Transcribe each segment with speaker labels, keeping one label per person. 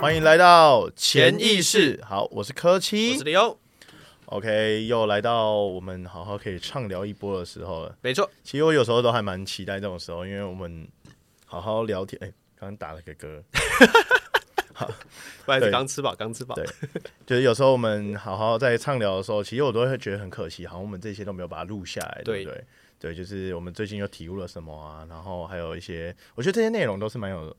Speaker 1: 欢迎来到
Speaker 2: 潜意识
Speaker 1: 好，我是柯
Speaker 2: 我
Speaker 1: 七
Speaker 2: 是。李欧，
Speaker 1: OK，又来到我们好好可以畅聊一波的时候了。
Speaker 2: 没错，
Speaker 1: 其实我有时候都还蛮期待这种时候，因为我们好好聊天。哎、刚刚打了个嗝。
Speaker 2: 不好意思，
Speaker 1: 对
Speaker 2: 刚吃饱，刚吃饱
Speaker 1: 对。就是有时候我们好好在畅聊的时候，其实我都会觉得很可惜，好像我们这些都没有把它录下来，对
Speaker 2: 对
Speaker 1: 不对？对，就是我们最近又体悟了什么啊，然后还有一些，我觉得这些内容都是蛮有，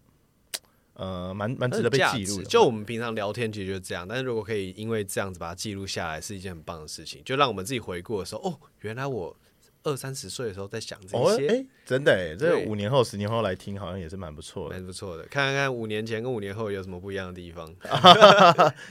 Speaker 1: 呃，蛮蛮值得被
Speaker 2: 它
Speaker 1: 记
Speaker 2: 有价
Speaker 1: 录
Speaker 2: 值
Speaker 1: 的。
Speaker 2: 就我们平常聊天其实就是这样，但是如果可以因为这样子把它记录下来，是一件很棒的事情。就让我们自己回顾的时候，哦，原来我二三十岁的时候在想这
Speaker 1: 哦，哎、
Speaker 2: 些，
Speaker 1: 真的哎，这
Speaker 2: 对
Speaker 1: 五年后、十年后来听，好像也是蛮不错的，
Speaker 2: 蛮不错的。看看五年前跟五年后有什么不一样的地方。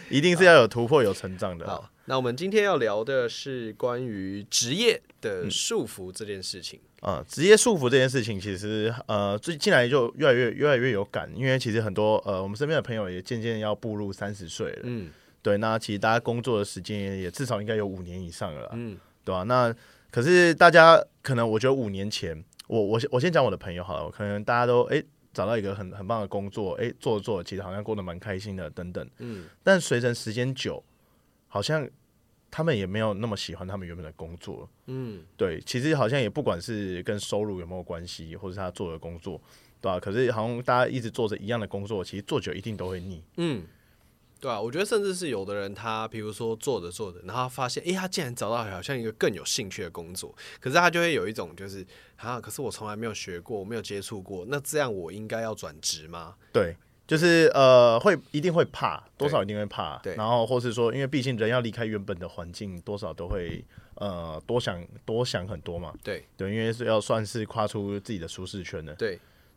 Speaker 1: 一定是要有突破、有成长的。
Speaker 2: 好，那我们今天要聊的是关于职业
Speaker 1: 嗯
Speaker 2: 的束缚这件事情。
Speaker 1: 啊，职业束缚这件事情，其实呃，最近来就越来越越来越有感，因为其实很多呃，我们身边的朋友也渐渐要步入三十岁了。
Speaker 2: 嗯，
Speaker 1: 对，那其实大家工作的时间也也至少应该有五年以上了啦，
Speaker 2: 嗯
Speaker 1: 对吧、那可是大家可能我觉得五年前，我我先我先讲我的朋友好了，我可能大家都诶找到一个很很棒的工作，诶做着做着其实好像过得蛮开心的等等，
Speaker 2: 嗯，
Speaker 1: 但随着时间久，好像他们也没有那么喜欢他们原本的工作，
Speaker 2: 嗯，
Speaker 1: 对，其实好像也不管是跟收入有没有关系，或是他做的工作，对吧、啊可是好像大家一直做着一样的工作，其实做久一定都会腻。
Speaker 2: 嗯，对啊，我觉得甚至是有的人他，比如说做着做着，然后他发现，诶，他竟然找到好像一个更有兴趣的工作，可是他就会有一种就是，啊，可是我从来没有学过，我没有接触过，那这样我应该要转职吗？
Speaker 1: 对，就是呃，会一定会怕，多少一定会怕。
Speaker 2: 对
Speaker 1: 然后或是说，因为毕竟人要离开原本的环境，多少都会呃多想多想很多嘛。
Speaker 2: 对
Speaker 1: 对，因为是要算是跨出自己的舒适圈的。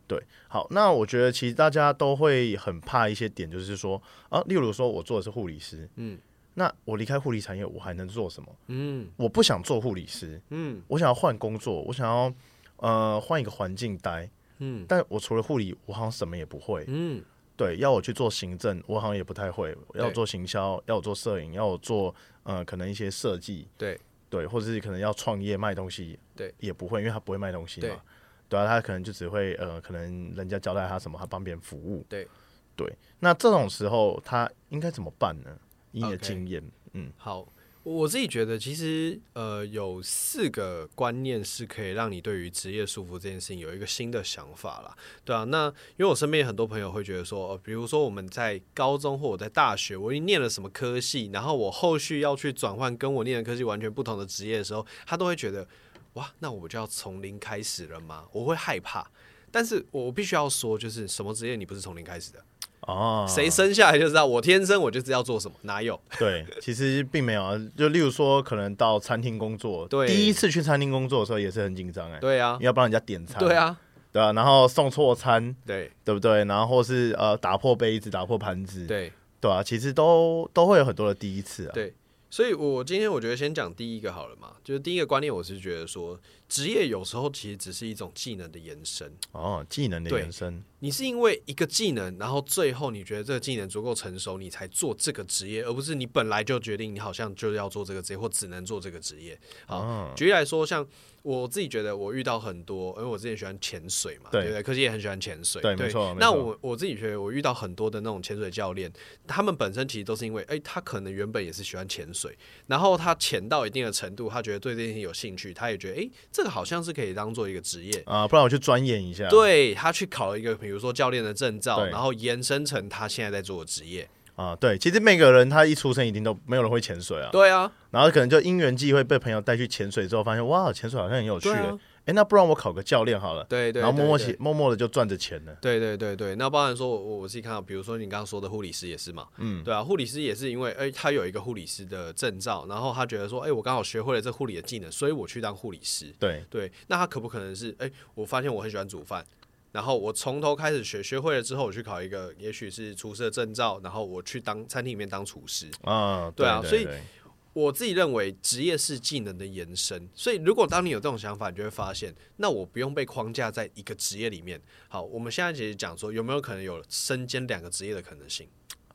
Speaker 2: 对，
Speaker 1: 好，那我觉得其实大家都会很怕一些点，就是说啊，例如说我做的是护理师，
Speaker 2: 嗯，
Speaker 1: 那我离开护理产业，我还能做什么？
Speaker 2: 嗯
Speaker 1: 我不想做护理师，
Speaker 2: 嗯
Speaker 1: 我想要换工作，我想要呃换一个环境待，
Speaker 2: 嗯
Speaker 1: 但我除了护理，我好像什么也不会。
Speaker 2: 嗯，
Speaker 1: 对，要我去做行政，我好像也不太会。要我
Speaker 2: 对
Speaker 1: 做行销，要我做摄影，要我做呃可能一些设计，
Speaker 2: 对
Speaker 1: 对，或者是可能要创业卖东西，
Speaker 2: 对，
Speaker 1: 也不会，因为他不会卖东西嘛
Speaker 2: 对。
Speaker 1: 对啊，他可能就只会呃，可能人家交代他什么，他帮别人服务。
Speaker 2: 对
Speaker 1: 对，那这种时候他应该怎么办呢？以你的
Speaker 2: OK
Speaker 1: 经验嗯，
Speaker 2: 好。我自己觉得，其实呃，有四个观念是可以让你对于职业束缚这件事情有一个新的想法啦。对啊，那因为我身边很多朋友会觉得说，呃，比如说我们在高中或我在大学，我念了什么科系，然后我后续要去转换跟我念的科系完全不同的职业的时候，他都会觉得，哇，那我就要从零开始了吗？我会害怕。但是我必须要说，就是什么职业你不是从零开始的，
Speaker 1: 哦，
Speaker 2: 谁生下来就知道，我天生我就知道做什么，哪有？
Speaker 1: 对，其实并没有啊。就例如说，可能到餐厅工作，
Speaker 2: 对
Speaker 1: 第一次去餐厅工作的时候也是很紧张哎，
Speaker 2: 对啊，
Speaker 1: 要帮人家点餐，
Speaker 2: 对，啊，
Speaker 1: 对啊，然后送错餐，
Speaker 2: 对
Speaker 1: 对不对？然后或是呃打破杯子、打破盘子，
Speaker 2: 对。
Speaker 1: 对啊，其实都都会有很多的第一次啊。
Speaker 2: 对所以我今天我觉得先讲第一个好了嘛，就是第一个观念，我是觉得说，职业有时候其实只是一种技能的延伸。
Speaker 1: 哦，技能的
Speaker 2: 对
Speaker 1: 延伸，
Speaker 2: 你是因为一个技能，然后最后你觉得这个技能足够成熟，你才做这个职业，而不是你本来就决定你好像就要做这个职业或只能做这个职业。好，
Speaker 1: 哦嗯
Speaker 2: 举例来说，像我自己觉得我遇到很多，因为我之前喜欢潜水嘛，
Speaker 1: 对
Speaker 2: 对不对？科技也很喜欢潜水，
Speaker 1: 对没错没
Speaker 2: 那
Speaker 1: 错
Speaker 2: 我我自己觉得我遇到很多的那种潜水教练，他们本身其实都是因为，哎、他可能原本也是喜欢潜水，然后他潜到一定的程度，他觉得对这件事情有兴趣，他也觉得，哎、这个好像是可以当做一个职业，
Speaker 1: 啊，不然我去钻研一下。
Speaker 2: 对他去考了一个，比如说教练的证照，
Speaker 1: 对
Speaker 2: 然后延伸成他现在在做的职业。
Speaker 1: 啊，对，其实每个人他一出生一定都没有人会潜水啊，
Speaker 2: 对啊，
Speaker 1: 然后可能就因缘际会被朋友带去潜水之后，发现哇，潜水好像很有趣
Speaker 2: 对
Speaker 1: 哎
Speaker 2: 啊，
Speaker 1: 诶那不然我考个教练好了，
Speaker 2: 对对
Speaker 1: 然后默默
Speaker 2: 对
Speaker 1: 起默默的就赚着钱了。
Speaker 2: 对对对对，那包含说我我我自己看到，比如说你刚刚说的护理师也是嘛，嗯，对啊，护理师也是因为哎、他有一个护理师的证照，然后他觉得说，哎、我刚好学会了这护理的技能，所以我去当护理师。
Speaker 1: 对，
Speaker 2: 对，那他可不可能是哎、我发现我很喜欢煮饭，然后我从头开始学，学会了之后，我去考一个也许是厨师的证照，然后我去当餐厅里面当厨师。
Speaker 1: 啊，
Speaker 2: 对啊所以
Speaker 1: 对
Speaker 2: 我自己认为职业是技能的延伸，所以如果当你有这种想法，你就会发现，那我不用被框架在一个职业里面。好，我们现在其实讲说有没有可能有身兼两个职业的可能性？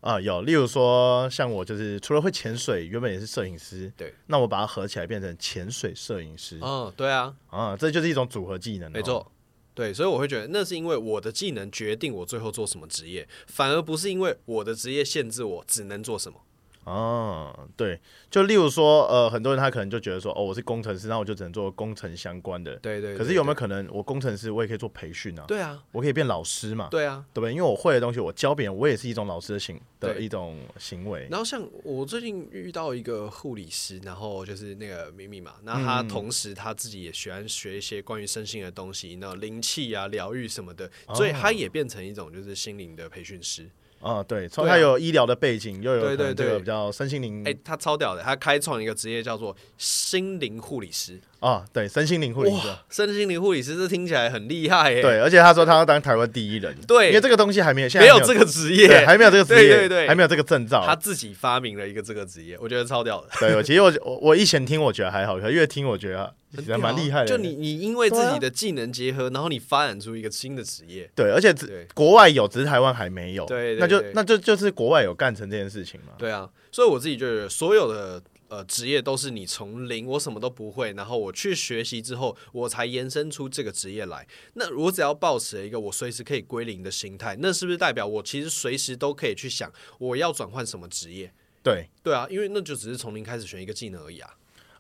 Speaker 1: 啊，有，例如说像我就是除了会潜水，原本也是摄影师，
Speaker 2: 对，
Speaker 1: 那我把它合起来变成潜水摄影师
Speaker 2: 嗯，对啊，
Speaker 1: 啊，这就是一种组合技能、
Speaker 2: 没，错，对，所以我会觉得那是因为我的技能决定我最后做什么职业，反而不是因为我的职业限制我只能做什么。
Speaker 1: 哦，对，就例如说，呃，很多人他可能就觉得说，哦，我是工程师，那我就只能做工程相关的。
Speaker 2: 对对
Speaker 1: 可是有没有
Speaker 2: 有？
Speaker 1: 可能，我工程师我也可以做培训啊？
Speaker 2: 对啊，
Speaker 1: 我可以变老师嘛？
Speaker 2: 对啊。
Speaker 1: 对不对？因为我会的东西，我教别人，我也是一种老师的行的
Speaker 2: 对
Speaker 1: 一种行为。
Speaker 2: 然后像我最近遇到一个护理师，然后就是那个咪咪嘛，那他
Speaker 1: 嗯
Speaker 2: 同时他自己也喜欢学一些关于身心的东西，那灵气啊、疗愈什么的，所以
Speaker 1: 哦
Speaker 2: 他也变成一种就是心灵的培训师。
Speaker 1: 啊、对，从
Speaker 2: 对啊
Speaker 1: 他有医疗的背景，又有
Speaker 2: 对
Speaker 1: 可能
Speaker 2: 对对
Speaker 1: 这个比较身心灵
Speaker 2: 哎、他超屌的，他开创一个职业叫做心灵护理师。
Speaker 1: 啊，对，身心灵护理师。哦
Speaker 2: 哇，身心灵护理师这听起来很厉害耶！
Speaker 1: 对，而且他说他要当台湾第一人，
Speaker 2: 对
Speaker 1: 因为这个东西还没有，现在
Speaker 2: 没有
Speaker 1: 还
Speaker 2: 这个职
Speaker 1: 对
Speaker 2: 业，
Speaker 1: 还没有 这个职业，
Speaker 2: 对对对
Speaker 1: 还没有这个证照
Speaker 2: 他。自己发明了一个这个职业，我觉得超屌的，
Speaker 1: 对，我其实我我我以前听我觉得还好，可越听我觉得啊其实还蛮厉害的。
Speaker 2: 啊
Speaker 1: 啊
Speaker 2: 就你你因为自己的技能结合，然后你发展出一个新的职业，
Speaker 1: 对，而且只
Speaker 2: 对
Speaker 1: 国外有，只是台湾还没有。
Speaker 2: 对对
Speaker 1: 那就
Speaker 2: 对
Speaker 1: 那就就是国外有干成这件事情嘛。
Speaker 2: 对啊，所以我自己就觉得所有的。呃，职业都是你从零，我什么都不会，然后我去学习之后，我才延伸出这个职业来。那我只要抱持一个我随时可以归零的心态，那是不是代表我其实随时都可以去想我要转换什么职业？
Speaker 1: 对，
Speaker 2: 对啊，因为那就只是从零开始学一个技能而已啊。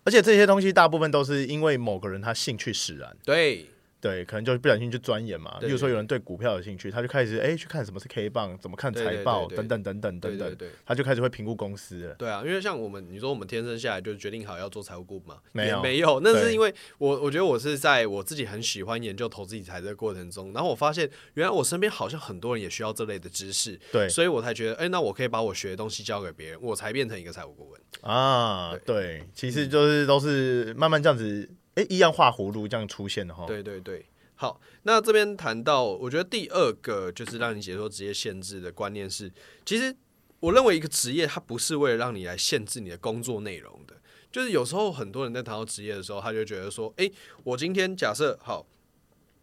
Speaker 1: 而且这些东西大部分都是因为某个人他兴趣使然，
Speaker 2: 对，
Speaker 1: 对，可能就不小心去钻研嘛。
Speaker 2: 对
Speaker 1: 比如说有人对股票有兴趣，他就开始哎、去看什么是 K 棒，怎么看
Speaker 2: 对
Speaker 1: 财
Speaker 2: 对
Speaker 1: 报，
Speaker 2: 对
Speaker 1: 等等等等
Speaker 2: 对
Speaker 1: 等
Speaker 2: 对
Speaker 1: 等，
Speaker 2: 对。
Speaker 1: 他就开始会评估公司了。
Speaker 2: 对啊，因为像我们，你说我们天生下来就决定好要做财务顾问嘛，
Speaker 1: 没
Speaker 2: 也
Speaker 1: 有
Speaker 2: 没有，那
Speaker 1: 对
Speaker 2: 是因为我我觉得我是在我自己很喜欢研究投资理财的过程中，然后我发现原来我身边好像很多人也需要这类的知识，
Speaker 1: 对
Speaker 2: 所以我才觉得，哎、那我可以把我学的东西交给别人，我才变成一个财务顾问。
Speaker 1: 啊，对，其实就是都是慢慢这样子，哎、一样画葫芦这样出现的哈。
Speaker 2: 对对对。好，那这边谈到，我觉得第二个就是让你解脱职业限制的观念是，其实我认为一个职业它不是为了让你来限制你的工作内容的，就是有时候很多人在谈到职业的时候，他就觉得说，诶、我今天假设好，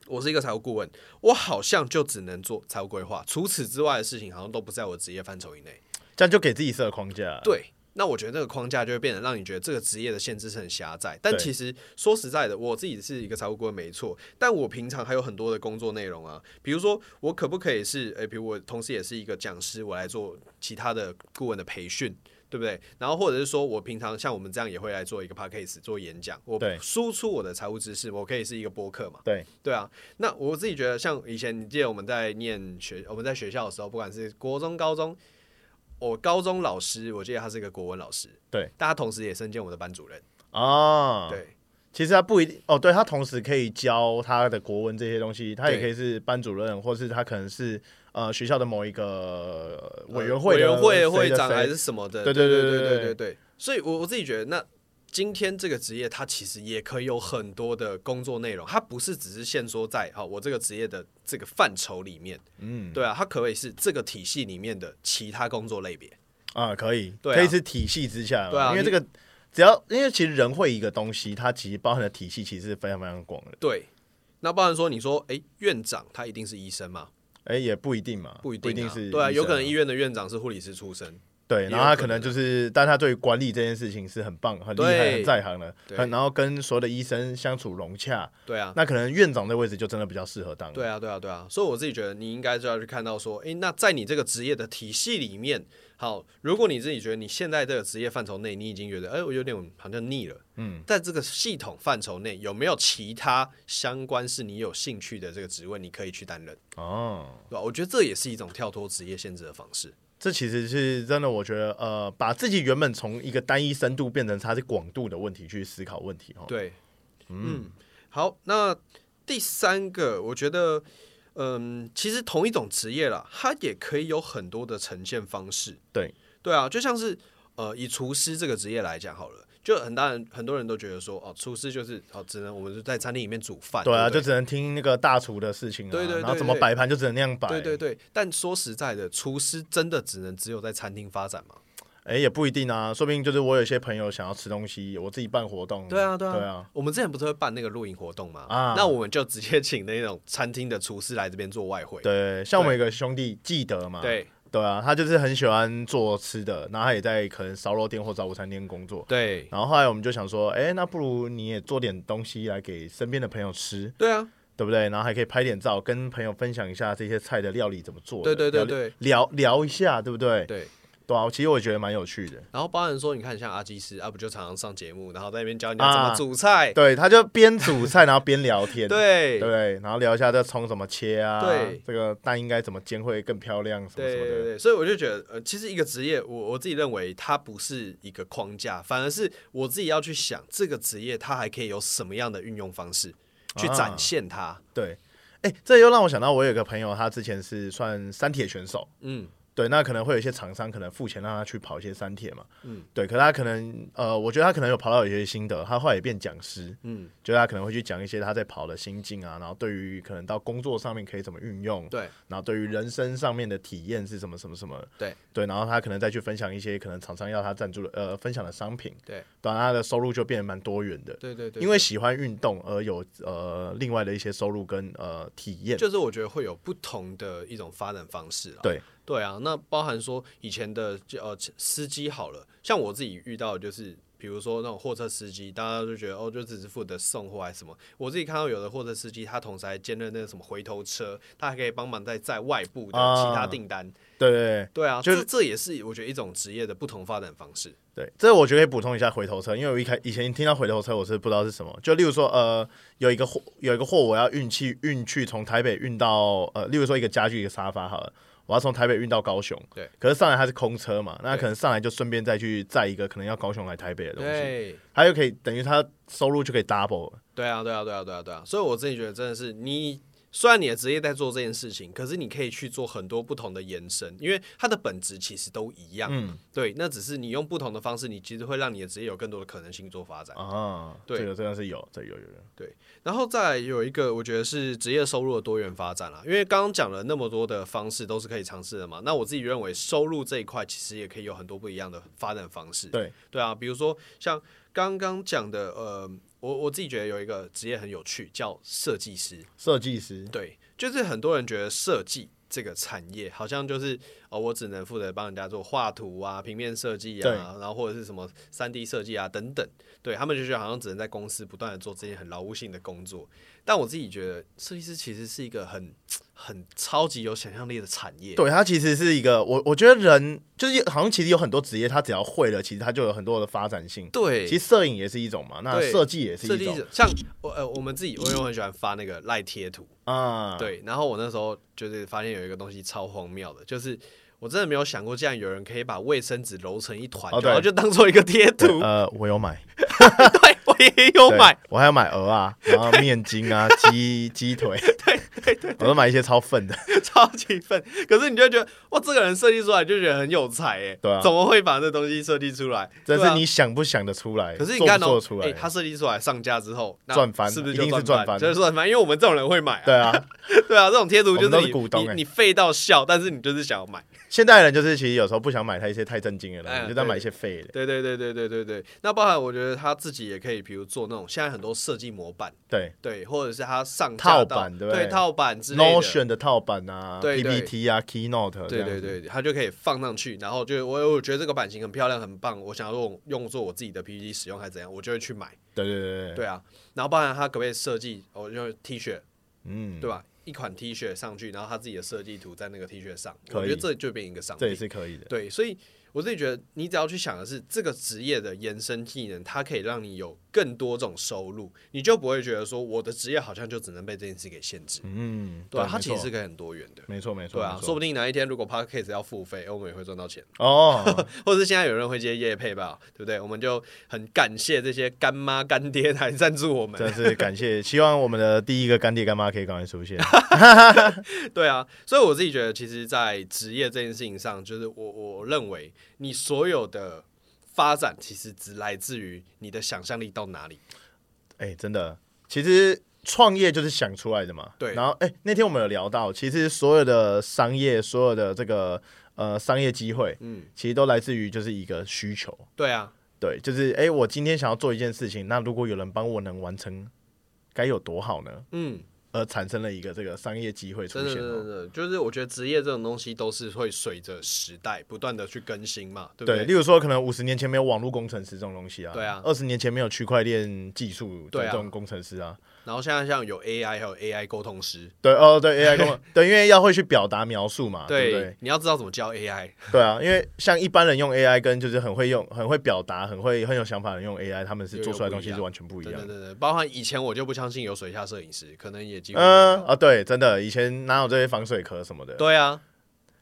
Speaker 2: 我是一个财务顾问，我好像就只能做财务规划，除此之外的事情好像都不在我职业范畴以内。
Speaker 1: 这样就给自己设框架。
Speaker 2: 对，那我觉得这个框架就会变得让你觉得这个职业的限制是很狭窄。但
Speaker 1: 对
Speaker 2: 其实说实在的，我自己是一个财务顾问没错，但我平常还有很多的工作内容啊，比如说我可不可以是，诶、比如我同时也是一个讲师，我来做其他的顾问的培训。对不对？然后或者是说我平常像我们这样也会来做一个 p a c k a g e 做演讲，我
Speaker 1: 对
Speaker 2: 输出我的财务知识，我可以是一个播客嘛？
Speaker 1: 对
Speaker 2: 对啊，那我自己觉得，像以前你记得我们在念学，我们在学校的时候，不管是国中、高中，我高中老师，我记得他是一个国文老师，
Speaker 1: 对，
Speaker 2: 但他同时也身兼我的班主任，
Speaker 1: 啊，
Speaker 2: 对
Speaker 1: 其实他不一定哦，对他同时可以教他的国文这些东西，他也
Speaker 2: 对
Speaker 1: 可以是班主任，或是他可能是呃学校的某一个呃委员
Speaker 2: 委
Speaker 1: 会的
Speaker 2: 员会
Speaker 1: 谁的
Speaker 2: 会长
Speaker 1: 谁
Speaker 2: 还是什么的，
Speaker 1: 对
Speaker 2: 对
Speaker 1: 对对
Speaker 2: 对
Speaker 1: 对
Speaker 2: 对
Speaker 1: 对
Speaker 2: 对对，所以我我自己觉得那。今天这个职业，它其实也可以有很多的工作内容，它不是只是限缩在哦好我这个职业的这个范畴里面，
Speaker 1: 嗯
Speaker 2: 对啊，它可以是这个体系里面的其他工作类别，
Speaker 1: 啊，可以，
Speaker 2: 对啊
Speaker 1: 可以是体系之下嘛，
Speaker 2: 对啊
Speaker 1: 因为
Speaker 2: 你
Speaker 1: 这个只要因为其实人会一个东西，它其实包含的体系其实是非常非常广的，
Speaker 2: 对，那不然说你说，诶，院长他一定是医生吗？
Speaker 1: 哎，也不一定嘛，
Speaker 2: 不
Speaker 1: 不
Speaker 2: 一定,、啊、
Speaker 1: 是
Speaker 2: 对啊，
Speaker 1: 医
Speaker 2: 有
Speaker 1: 生
Speaker 2: 可能医院的院长是护理师出身，
Speaker 1: 对，
Speaker 2: 也
Speaker 1: 然后他
Speaker 2: 有
Speaker 1: 可
Speaker 2: 可
Speaker 1: 能
Speaker 2: 能啊
Speaker 1: 就是，但他对于管理这件事情是很棒、很厉害、
Speaker 2: 对
Speaker 1: 很在行的，
Speaker 2: 对
Speaker 1: 很然后跟所有的医生相处融洽，
Speaker 2: 对啊，
Speaker 1: 那可能院长这位置就真的比较适合当，
Speaker 2: 对啊，对啊，对啊，所以我自己觉得你应该就要去看到说，诶，那在你这个职业的体系里面，好，如果你自己觉得你现在这个职业范畴内，你已经觉得，诶，我有点好像腻了，嗯，在这个系统范畴内，有没有其他相关是你有兴趣的这个职位，你可以去担任，
Speaker 1: 哦。
Speaker 2: 对吧、我觉得这也是一种跳脱职业限制的方式。
Speaker 1: 这其实是真的，我觉得呃，把自己原本从一个单一深度变成它是广度的问题去思考问题哦。
Speaker 2: 对，嗯，好，那第三个，我觉得，嗯，其实同一种职业啦，它也可以有很多的呈现方式。
Speaker 1: 对，
Speaker 2: 对啊，就像是呃，以厨师这个职业来讲好了，就很当然很多人都觉得说，哦，厨师就是哦，只能我们就在餐厅里面煮饭。
Speaker 1: 对啊，
Speaker 2: 对
Speaker 1: 就
Speaker 2: 不
Speaker 1: 只能听那个大厨的事情啊，
Speaker 2: 对对对
Speaker 1: 然后怎么摆盘就只能那样摆，
Speaker 2: 对对对对，但说实在的，厨师真的只能只有在餐厅发展吗？
Speaker 1: 哎也不一定啊，说不定就是我有些朋友想要吃东西，我自己办活动，
Speaker 2: 对啊，对啊，
Speaker 1: 对啊，
Speaker 2: 我们之前不是会办那个露营活动吗？
Speaker 1: 啊
Speaker 2: 那我们就直接请那种餐厅的厨师来这边做外汇。
Speaker 1: 对，像我们有个兄弟记得嘛，
Speaker 2: 对
Speaker 1: 对啊，他就是很喜欢做吃的，然后他也在可能烧肉店或早午餐店工作，
Speaker 2: 对
Speaker 1: 然后后来我们就想说，哎，那不如你也做点东西来给身边的朋友吃，
Speaker 2: 对啊，
Speaker 1: 对不对？然后还可以拍点照，跟朋友分享一下这些菜的料理怎么做
Speaker 2: 对
Speaker 1: 的，
Speaker 2: 对对
Speaker 1: 聊
Speaker 2: 对
Speaker 1: 聊聊一下，对不对？
Speaker 2: 对。
Speaker 1: 对啊，其实我觉得蛮有趣的。
Speaker 2: 然后包含说，你看像阿基师啊，不就常常上节目，然后在那边教你要怎么煮菜，
Speaker 1: 对，他就边煮菜，然后边聊天，
Speaker 2: 对
Speaker 1: 啊对不对？然后聊一下这葱怎么切啊，
Speaker 2: 对
Speaker 1: 这个蛋应该怎么煎会更漂亮，什么
Speaker 2: 对
Speaker 1: 什么
Speaker 2: 对
Speaker 1: 的。
Speaker 2: 对，所以我就觉得，呃，其实一个职业，我我自己认为它不是一个框架，反而是我自己要去想这个职业它还可以有什么样的运用方式
Speaker 1: 啊
Speaker 2: 去展现它。
Speaker 1: 对，哎、这又让我想到，我有一个朋友，他之前是算三铁选手，
Speaker 2: 嗯，
Speaker 1: 对，那可能会有一些厂商可能付钱让他去跑一些三铁嘛，
Speaker 2: 嗯
Speaker 1: 嗯，对，可他可能呃，我觉得他可能有跑到有些心得，他后来也变讲师，
Speaker 2: 嗯
Speaker 1: 嗯，就是他可能会去讲一些他在跑的心境啊，然后对于可能到工作上面可以怎么运用，
Speaker 2: 对
Speaker 1: 然后对于人生上面的体验是什么什么什么，
Speaker 2: 对
Speaker 1: 对，然后他可能再去分享一些可能厂商要他赞助的呃分享的商品，
Speaker 2: 对
Speaker 1: 对啊，他的收入就变得蛮多元的，
Speaker 2: 对对对，
Speaker 1: 因为喜欢运动而有呃另外的一些收入跟呃体验，
Speaker 2: 就是我觉得会有不同的一种发展方式啦。
Speaker 1: 对
Speaker 2: 对啊，那包含说以前的就呃司机好了，像我自己遇到的就是。比如说那种货车司机，大家就觉得哦，就只是负责送货还是什么。我自己看到有的货车司机，他同时还兼任那个什么回头车，他还可以帮忙在在外部的
Speaker 1: 啊
Speaker 2: 其他订单。
Speaker 1: 对对对。
Speaker 2: 对啊，
Speaker 1: 就是
Speaker 2: 这这也是我觉得一种职业的不同发展方式。
Speaker 1: 对，这我觉得可以补充一下回头车，因为我一开以前听到回头车，我是不知道是什么。就例如说，呃，有一个货，有一个货，我要运去运去从台北运到呃，例如说一个家具一个沙发好了，我要从台北运到高雄。
Speaker 2: 对。
Speaker 1: 可是上来它是空车嘛，那
Speaker 2: 对
Speaker 1: 可能上来就顺便再去载一个可能要高雄来台北的东西，
Speaker 2: 对，
Speaker 1: 它就可以等于它收入就可以 double 了。
Speaker 2: 对啊，对啊，对啊，对啊，对啊。所以我自己觉得真的是你。虽然你的职业在做这件事情，可是你可以去做很多不同的延伸，因为它的本质其实都一样。
Speaker 1: 嗯
Speaker 2: 对，那只是你用不同的方式，你其实会让你的职业有更多的可能性做发展。
Speaker 1: 啊，
Speaker 2: 对
Speaker 1: 这个真的是有，这个有有有。
Speaker 2: 然后再来有一个，我觉得是职业收入的多元发展啦，因为刚刚讲了那么多的方式都是可以尝试的嘛。那我自己认为收入这一块其实也可以有很多不一样的发展方式。
Speaker 1: 对
Speaker 2: 对啊，比如说像刚刚讲的，呃，我我自己觉得有一个职业很有趣，叫设计师。
Speaker 1: 设计师，
Speaker 2: 对，就是很多人觉得设计这个产业好像就是哦，我只能负责帮人家做画图啊、平面设计
Speaker 1: 对
Speaker 2: 啊，然后或者是什么三 D 设计啊等等，对他们就觉得好像只能在公司不断的做这些很劳务性的工作。但我自己觉得，设计师其实是一个很很超级有想象力的产业。
Speaker 1: 对，它其实是一个，我我觉得人就是好像其实有很多职业，他只要会了，其实他就有很多的发展性。
Speaker 2: 对，
Speaker 1: 其实摄影也是一种嘛，那
Speaker 2: 对
Speaker 1: 设计也是
Speaker 2: 设
Speaker 1: 一
Speaker 2: 计
Speaker 1: 种
Speaker 2: 者像我呃，我们自己，我因为我很喜欢发那个赖贴图，
Speaker 1: 啊，
Speaker 2: 对，然后我那时候就是发现有一个东西超荒谬的，就是我真的没有想过，竟然有人可以把卫生纸揉成一团，
Speaker 1: 哦对
Speaker 2: 然后就当做一个贴图。
Speaker 1: 呃，我有买，
Speaker 2: 对我也有
Speaker 1: 对
Speaker 2: 买，，
Speaker 1: 我还要买鹅 啊，然后面筋啊，鸡鸡腿，对对对，我都买一些超粉的，
Speaker 2: 超级粉。可是你就觉得哇，这个人设计出来就觉得很有才哎，
Speaker 1: 对啊
Speaker 2: 怎么会把这东西设计出来？
Speaker 1: 这
Speaker 2: 对
Speaker 1: 是
Speaker 2: 啊
Speaker 1: 你想不想得出来，
Speaker 2: 可是你
Speaker 1: 做
Speaker 2: 看
Speaker 1: 不
Speaker 2: 哦
Speaker 1: 做得，出
Speaker 2: 哎、
Speaker 1: 来，
Speaker 2: 他设计出来上架之后那
Speaker 1: 赚翻
Speaker 2: 是不是
Speaker 1: 一
Speaker 2: 就
Speaker 1: 定是
Speaker 2: 赚
Speaker 1: 赚翻
Speaker 2: 就是赚翻，因为我们这种人会买、啊，
Speaker 1: 对啊，
Speaker 2: 对啊，这种贴图就
Speaker 1: 我们都
Speaker 2: 你
Speaker 1: 是股东
Speaker 2: 你
Speaker 1: 哎
Speaker 2: 你废到笑，但是你就是想要买。
Speaker 1: 现代人就是其实有时候不想买他一些太震惊的东
Speaker 2: 哎
Speaker 1: 西，就在
Speaker 2: 对
Speaker 1: 买一些废的，
Speaker 2: 对对对对对对对，那包含我觉得他自己也可以，比如做那种现在很多设计模板，
Speaker 1: 对
Speaker 2: 对，或者是他上架到
Speaker 1: 套版对
Speaker 2: 对
Speaker 1: 不对
Speaker 2: 套版之类的。
Speaker 1: ，Notion 的套版啊
Speaker 2: 对对
Speaker 1: ，PPT 啊，Keynote，这
Speaker 2: 对
Speaker 1: 样
Speaker 2: 对
Speaker 1: 子，
Speaker 2: 对，他就可以放上去，然后就我我觉得这个版型很漂亮，很棒，我想要用用作我自己的 PPT 使用还是怎样，我就会去买。
Speaker 1: 对对对对对，
Speaker 2: 对啊，然后包含他可不可以设计，我、哦、用 T 恤，
Speaker 1: 嗯，
Speaker 2: 对吧？一款 T 恤上去，然后他自己的设计图在那个 T 恤上，
Speaker 1: 可以
Speaker 2: 我觉得这就变一个商
Speaker 1: 这也
Speaker 2: 品。
Speaker 1: 是可以的，
Speaker 2: 对，所以我自己觉得，你只要去想的是这个职业的延伸技能，它可以让你有更多种收入，你就不会觉得说我的职业好像就只能被这件事给限制。
Speaker 1: 嗯，
Speaker 2: 对啊，它
Speaker 1: 没
Speaker 2: 其实
Speaker 1: 错
Speaker 2: 是可以很多元的。
Speaker 1: 没错没错，
Speaker 2: 对啊
Speaker 1: 没，错
Speaker 2: 说不定哪一天如果 podcast 要付费，我们也会赚到钱，
Speaker 1: 哦，
Speaker 2: 或者是现在有人会接业配吧，对不对？我们就很感谢这些干妈干爹来赞助我们。
Speaker 1: 真是感谢，希望我们的第一个干爹干妈可以赶快出 现。
Speaker 2: 对啊，所以我自己觉得，其实，在职业这件事情上，就是我我认为你所有的发展，其实只来自于你的想象力到哪里。
Speaker 1: 哎、真的，其实创业就是想出来的嘛。
Speaker 2: 对
Speaker 1: 然后，哎、那天我们有聊到，其实所有的商业，所有的这个呃商业机会，
Speaker 2: 嗯，
Speaker 1: 其实都来自于就是一个需求。
Speaker 2: 对啊，
Speaker 1: 对，就是哎、我今天想要做一件事情，那如果有人帮我能完成，该有多好呢？
Speaker 2: 嗯，
Speaker 1: 而产生了一个这个商业机会出
Speaker 2: 真的
Speaker 1: 现
Speaker 2: 真的
Speaker 1: 哦。
Speaker 2: 真的，就是我觉得职业这种东西都是会随着时代不断的去更新嘛，对不
Speaker 1: 对，
Speaker 2: 对？
Speaker 1: 例如说，可能五十年前没有网络工程师这种东西啊，
Speaker 2: 对啊
Speaker 1: 二十年前没有区块链技术的
Speaker 2: 对啊
Speaker 1: 这种工程师啊，
Speaker 2: 然后现在像有 AI 还有 AI 沟通师，
Speaker 1: 对哦，对 AI 工，对，因为要会去表达描述嘛，啊对不对？
Speaker 2: 你要知道怎么教 AI，
Speaker 1: 对啊，因为像一般人用 AI 跟就是很会用、很会表达、很会很有想法的人用 AI，他们是
Speaker 2: 有
Speaker 1: 做出来的东
Speaker 2: 有不一
Speaker 1: 西
Speaker 2: 样
Speaker 1: 是完全不一
Speaker 2: 等
Speaker 1: 样
Speaker 2: 等
Speaker 1: 的。
Speaker 2: 等等，包含以前我就不相信有水下摄影师，可能也几乎没
Speaker 1: 嗯
Speaker 2: 有
Speaker 1: 啊，对，真的，以前哪有这些防水壳什么的？
Speaker 2: 对啊，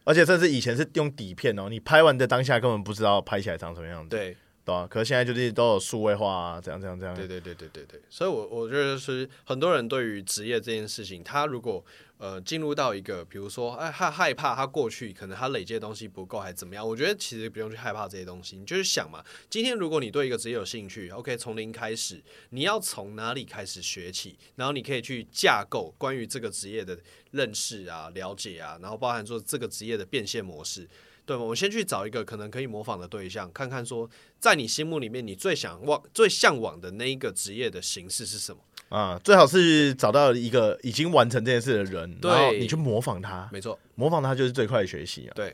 Speaker 1: 而且甚至以前是用底片哦，你拍完的当下根本不知道拍起来长什么样子，
Speaker 2: 对
Speaker 1: 对啊，可是现在就是都有数位化啊，这样这样这样。
Speaker 2: 对对对对对对，所以我我觉得是很多人对于职业这件事情，他如果呃进入到一个，比如说哎他害怕他过去可能他累积的东西不够还怎么样，我觉得其实不用去害怕这些东西，你就是想嘛，今天如果你对一个职业有兴趣，OK
Speaker 1: 嗯
Speaker 2: 从零开始，你要从哪里开始学起，然后你可以去架构关于这个职业的认识啊、了解啊，然后包含说这个职业的变现模式。对吗？我先去找一个可能可以模仿的对象，看看说在你心目里面，你最想望、最向往的那一个职业的形式是什么？
Speaker 1: 啊，最好是找到一个已经完成这件事的人，
Speaker 2: 对
Speaker 1: 然后你去模仿他，
Speaker 2: 没错，
Speaker 1: 模仿他就是最快的学习啊。
Speaker 2: 对。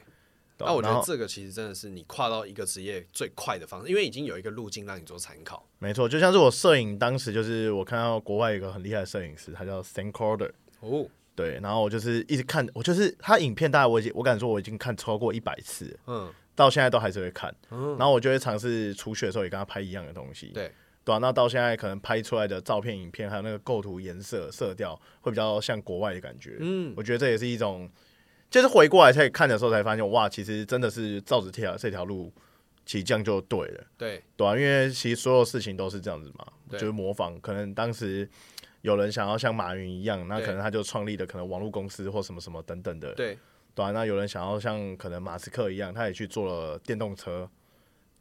Speaker 1: 对吧
Speaker 2: 那我觉
Speaker 1: 然
Speaker 2: 得
Speaker 1: 后
Speaker 2: 这个其实真的是你跨到一个职业最快的方式，因为已经有一个路径让你做参考。
Speaker 1: 没错，就像是我摄影，当时就是我看到国外有一个很厉害的摄影师，他叫 Sam Corder，
Speaker 2: 哦，
Speaker 1: 对，然后我就是一直看，我就是他影片，大概我已经我敢说我已经看超过一百次了，
Speaker 2: 嗯，
Speaker 1: 到现在都还是会看，然后我就会尝试初学的时候也跟他拍一样的东西，
Speaker 2: 对，
Speaker 1: 对啊，那到现在可能拍出来的照片、影片还有那个构图、颜色、色调会比较像国外的感觉，
Speaker 2: 嗯，
Speaker 1: 我觉得这也是一种，就是回过来才看的时候才发现，哇，其实真的是照着这条这条路，其实这样就对了，
Speaker 2: 对，
Speaker 1: 对啊，因为其实所有事情都是这样子嘛，就
Speaker 2: 对
Speaker 1: 是模仿。可能当时有人想要像马云一样，那
Speaker 2: 对
Speaker 1: 可能他就创立了可能网络公司或什么什么等等的，
Speaker 2: 对，
Speaker 1: 对啊，那有人想要像可能马斯克一样，他也去做了电动车，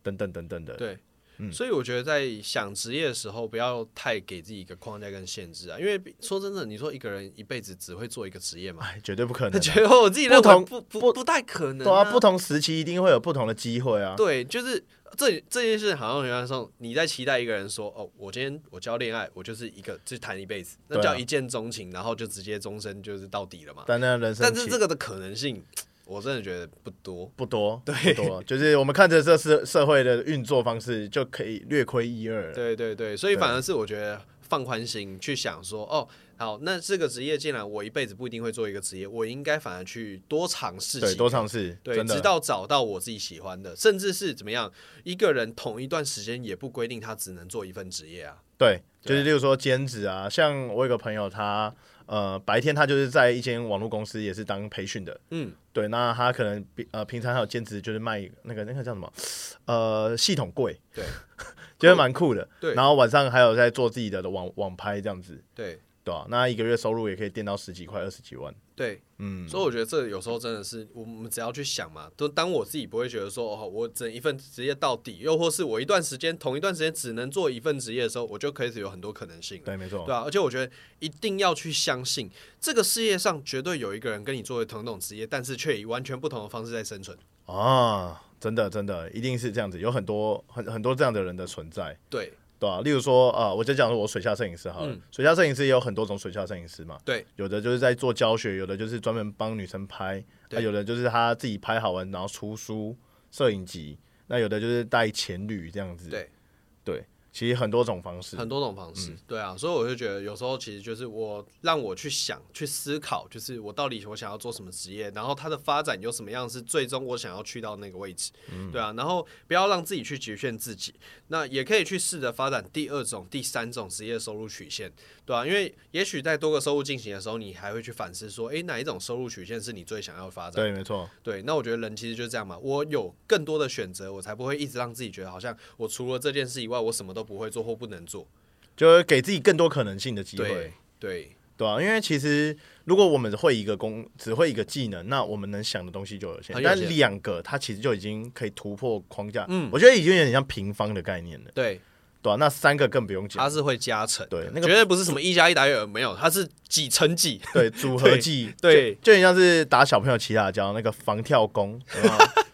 Speaker 1: 等等等等的，
Speaker 2: 对
Speaker 1: 嗯
Speaker 2: 所以我觉得在想职业的时候，不要太给自己一个框架跟限制啊，因为说真的，你说一个人一辈子只会做一个职业嘛，
Speaker 1: 哎，绝对不可能啊。
Speaker 2: 觉得我自己
Speaker 1: 不
Speaker 2: 认
Speaker 1: 同
Speaker 2: 为不不不太可能、
Speaker 1: 对啊，不同时期一定会有不同的机会啊。
Speaker 2: 对，就是这这件事，好像原来说你在期待一个人说，哦，我今天我教恋爱，我就是一个就谈一辈子，那
Speaker 1: 对啊
Speaker 2: 叫一见钟情，然后就直接终身就是到底了嘛。
Speaker 1: 但那人生
Speaker 2: 啊但是
Speaker 1: 其
Speaker 2: 这个的可能性，我真的觉得不多。
Speaker 1: 不多，对，不多，就是我们看着这社社会的运作方式，就可以略窥一二了。
Speaker 2: 对对对，所以
Speaker 1: 对
Speaker 2: 反而是我觉得放宽心去想说，哦，好，那这个职业既然我一辈子不一定会做一个职业，我应该反而去多尝试
Speaker 1: 对，
Speaker 2: 几
Speaker 1: 多尝试，
Speaker 2: 对，
Speaker 1: 真的
Speaker 2: 直到找到我自己喜欢的，甚至是怎么样，一个人同一段时间也不规定他只能做一份职业啊。
Speaker 1: 对，
Speaker 2: 对
Speaker 1: 就是例如说兼职啊，像我有个朋友他，呃，白天他就是在一间网络公司，也是当培训的。
Speaker 2: 嗯，
Speaker 1: 对，那他可能比呃平常还有兼职，就是卖那个那个叫什么，呃，系统柜。
Speaker 2: 对，
Speaker 1: 觉得蛮酷的。
Speaker 2: 对
Speaker 1: 然后晚上还有在做自己的网网拍这样子，
Speaker 2: 对，
Speaker 1: 对吧、那一个月收入也可以垫到十几块、二十几万。
Speaker 2: 对，
Speaker 1: 嗯，
Speaker 2: 所以我觉得这有时候真的是，我们只要去想嘛，就当我自己不会觉得说，哦，我整一份职业到底，又或是我一段时间同一段时间只能做一份职业的时候，我就开始有很多可能性了。
Speaker 1: 对，没错。
Speaker 2: 对啊，而且我觉得一定要去相信，这个世界上绝对有一个人跟你做同种职业，但是却以完全不同的方式在生存。
Speaker 1: 啊，真的真的，一定是这样子，有很多很很多这样的人的存在，
Speaker 2: 对
Speaker 1: 对啊，例如说啊、我就讲我水下摄影师好了，
Speaker 2: 嗯
Speaker 1: 水下摄影师也有很多种水下摄影师嘛，
Speaker 2: 对，
Speaker 1: 有的就是在做教学，有的就是专门帮女生拍，那、
Speaker 2: 对
Speaker 1: 有的就是他自己拍好玩然后出书摄影集，那有的就是带前侣这样子，
Speaker 2: 对，
Speaker 1: 对，其实很多种方式，
Speaker 2: 很多种方式，对啊，所以我就觉得有时候其实就是我让我去想、去思考，就是我到底我想要做什么职业，然后它的发展有什么样是最终我想要去到那个位置，对啊，然后不要让自己去局限自己，那也可以去试着发展第二种、第三种职业收入曲线，对啊，因为也许在多个收入进行的时候，你还会去反思说，诶，哪一种收入曲线是你最想要发展的
Speaker 1: 对，没错，
Speaker 2: 对，那我觉得人其实就是这样嘛，我有更多的选择，我才不会一直让自己觉得好像我除了这件事以外，我什么都不会做或不能做。
Speaker 1: 就是给自己更多可能性的机会，
Speaker 2: 对对
Speaker 1: 对啊，因为其实如果我们会一个工，只会一个技能，那我们能想的东西就有限。
Speaker 2: 很有
Speaker 1: 但
Speaker 2: 限
Speaker 1: 两个，它其实就已经可以突破框架。
Speaker 2: 嗯
Speaker 1: 我觉得已经有点像平方的概念了，
Speaker 2: 对，
Speaker 1: 对啊，那三个更不用
Speaker 2: 它
Speaker 1: 讲，
Speaker 2: 是会加成的，
Speaker 1: 对那个
Speaker 2: 绝对不是什么一加一大于二，没有，它是几乘几。
Speaker 1: 对，组合技，
Speaker 2: 对
Speaker 1: 啊 就就很像是打小朋友骑打胶那个防跳弓，有没有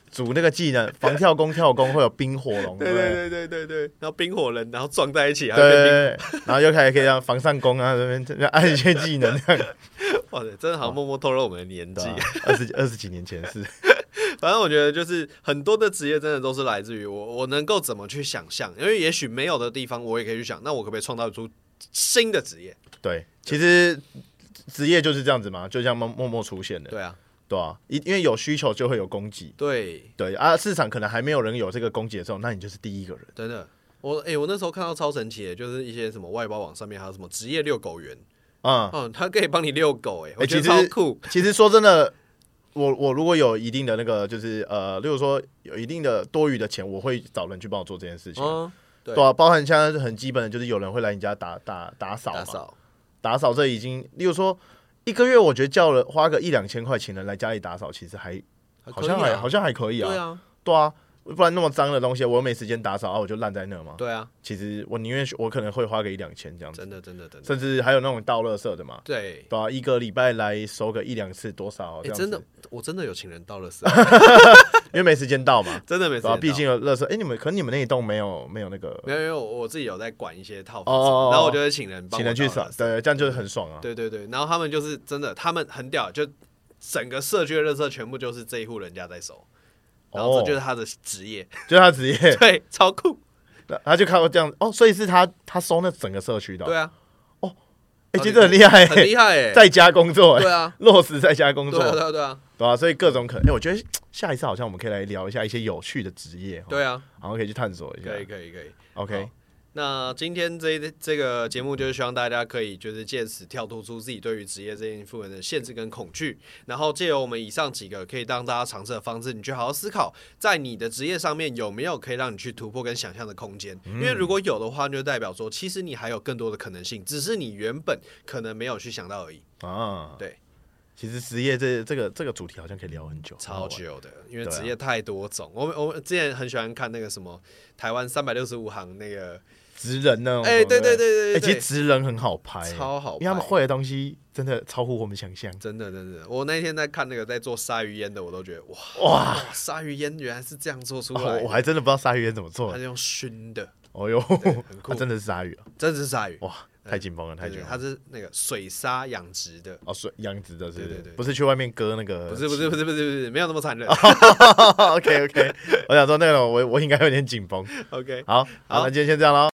Speaker 1: 组那个技能，防跳弓、跳弓会有冰火龙，
Speaker 2: 对
Speaker 1: 不
Speaker 2: 对对对对对，然后冰火人，然后撞在一起，还
Speaker 1: 对
Speaker 2: 有变
Speaker 1: 对对，然后又开始可以让防上弓啊，这边这边按一些技能这 样。
Speaker 2: 冰，哇塞，真的好像默默透露我们的年纪
Speaker 1: 对。啊二十二十几年前的事，
Speaker 2: 反正我觉得就是很多的职业真的都是来自于我，我能够怎么去想象，因为也许没有的地方我也可以去想，那我可不可以创造出新的职业？
Speaker 1: 对，其实职业就是这样子嘛，就这样默默默出现的，
Speaker 2: 对啊，
Speaker 1: 对啊，因因为有需求就会有供给，
Speaker 2: 对，
Speaker 1: 对啊，市场可能还没有人有这个供给的时候，那你就是第一个人。
Speaker 2: 真的，我哎、我那时候看到超神奇的，就是一些什么外包网上面还有什么职业遛狗员，
Speaker 1: 嗯，
Speaker 2: 哦，他可以帮你遛狗、哎，我
Speaker 1: 欸
Speaker 2: 觉得
Speaker 1: 其
Speaker 2: 超
Speaker 1: 实
Speaker 2: 酷，
Speaker 1: 其实说真的，我我如果有一定的那个，就是呃，例如说有一定的多余的钱，我会找人去帮我做这件事情。
Speaker 2: 嗯，对
Speaker 1: 对啊，包含现在很基本的，就是有人会来你家打打打扫嘛，
Speaker 2: 打扫，
Speaker 1: 打扫这已经，例如说一个月，我觉得叫了花个一两千块请人来家里打扫，其实还好像
Speaker 2: 可以
Speaker 1: 还
Speaker 2: 啊
Speaker 1: 好像还可以
Speaker 2: 对
Speaker 1: 啊，
Speaker 2: 啊，
Speaker 1: 对啊，不然那么脏的东西，我又没时间打扫啊，我就烂在那嘛。
Speaker 2: 对啊，
Speaker 1: 其实我宁愿我可能会花个一两千这样子，
Speaker 2: 真的，真的，真的，
Speaker 1: 甚至还有那种倒垃圾的嘛，
Speaker 2: 对，
Speaker 1: 对啊，一个礼拜来收个一两次多少
Speaker 2: 哎、
Speaker 1: 这样子，
Speaker 2: 真的，我真的有请人到了 死，
Speaker 1: 因为没时间到嘛，
Speaker 2: 真的没
Speaker 1: 对
Speaker 2: 时间
Speaker 1: 吧？
Speaker 2: 到，
Speaker 1: 毕竟有垃圾，哎，你们可能你们那一栋没有没有那个
Speaker 2: 没有，因为我我自己有在管一些套
Speaker 1: 哦哦哦
Speaker 2: 房
Speaker 1: 哦
Speaker 2: 子，然后我就会请人帮
Speaker 1: 请
Speaker 2: 我
Speaker 1: 人去
Speaker 2: 倒垃
Speaker 1: 扫
Speaker 2: 圾，
Speaker 1: 对，这样就是很爽啊。
Speaker 2: 对对对，然后他们就是真的，他们很屌，就整个社区的垃圾全部就是这一户人家在收，然后
Speaker 1: 哦
Speaker 2: 这就是他的 职业，
Speaker 1: 就是他 职业，
Speaker 2: 对，超酷，
Speaker 1: 那他就看到这样，哦，所以是他他收那整个社区的哦，
Speaker 2: 对啊，
Speaker 1: 哎，其实很厉害，
Speaker 2: 很厉害哎、
Speaker 1: 在家工作，
Speaker 2: 对啊，
Speaker 1: 落实 在家工
Speaker 2: 对
Speaker 1: 作，
Speaker 2: 啊，对啊，对啊，
Speaker 1: 对啊，所以各种可能，哎，我觉得下一次好像我们可以来聊一下一些有趣的职业，哦，
Speaker 2: 对啊，
Speaker 1: 然后可以去探索一下
Speaker 2: 可以，可以，可以。
Speaker 1: ，OK，
Speaker 2: 好那今天这一这个节目就是希望大家可以就是借此跳脱出自己对于职业这件部分的限制跟恐惧，然后借由我们以上几个可以让大家尝试的方式，你去好好思考，在你的职业上面有没有可以让你去突破跟想象的空间。
Speaker 1: 嗯
Speaker 2: 因为如果有的话，就代表说其实你还有更多的可能性，只是你原本可能没有去想到而已。
Speaker 1: 啊，
Speaker 2: 对，
Speaker 1: 其实职业这这个这个主题好像可以聊很久，
Speaker 2: 超久的，因为
Speaker 1: 对啊
Speaker 2: 职业太多种。我们我们之前很喜欢看那个什么台湾三百六十五行那个，
Speaker 1: 职人那种，
Speaker 2: 哎、对对
Speaker 1: 不
Speaker 2: 对对
Speaker 1: 哎，其
Speaker 2: 对
Speaker 1: 实职人很好拍，
Speaker 2: 超好
Speaker 1: 哎因为他们
Speaker 2: 拍
Speaker 1: 会的东西真的超乎我们想象。
Speaker 2: 真的，真的，我那天在看那个在做鲨鱼烟的，我都觉得哇
Speaker 1: 哇，
Speaker 2: 哇，鲨鱼烟原来是这样做出来
Speaker 1: 哦
Speaker 2: 的，
Speaker 1: 我还真的不知道鲨鱼怎么做
Speaker 2: 啊它。是用熏的，
Speaker 1: 哦呦，
Speaker 2: 很酷
Speaker 1: 它真的是鲨鱼啊！
Speaker 2: 真的是鲨鱼，
Speaker 1: 哇，太紧绷了，太
Speaker 2: 对
Speaker 1: 紧
Speaker 2: 对，
Speaker 1: 绷
Speaker 2: 它
Speaker 1: 了。
Speaker 2: 是那个水鲨养殖的，
Speaker 1: 哦，水养殖的是不
Speaker 2: 对
Speaker 1: 是
Speaker 2: 对对
Speaker 1: 不是去外面割那个？
Speaker 2: 不 是不是不是不是不是，没有那么残忍。
Speaker 1: ，OK OK。我想说那个我我应该有点紧绷。
Speaker 2: OK，
Speaker 1: 好，好，那今天先这样喽。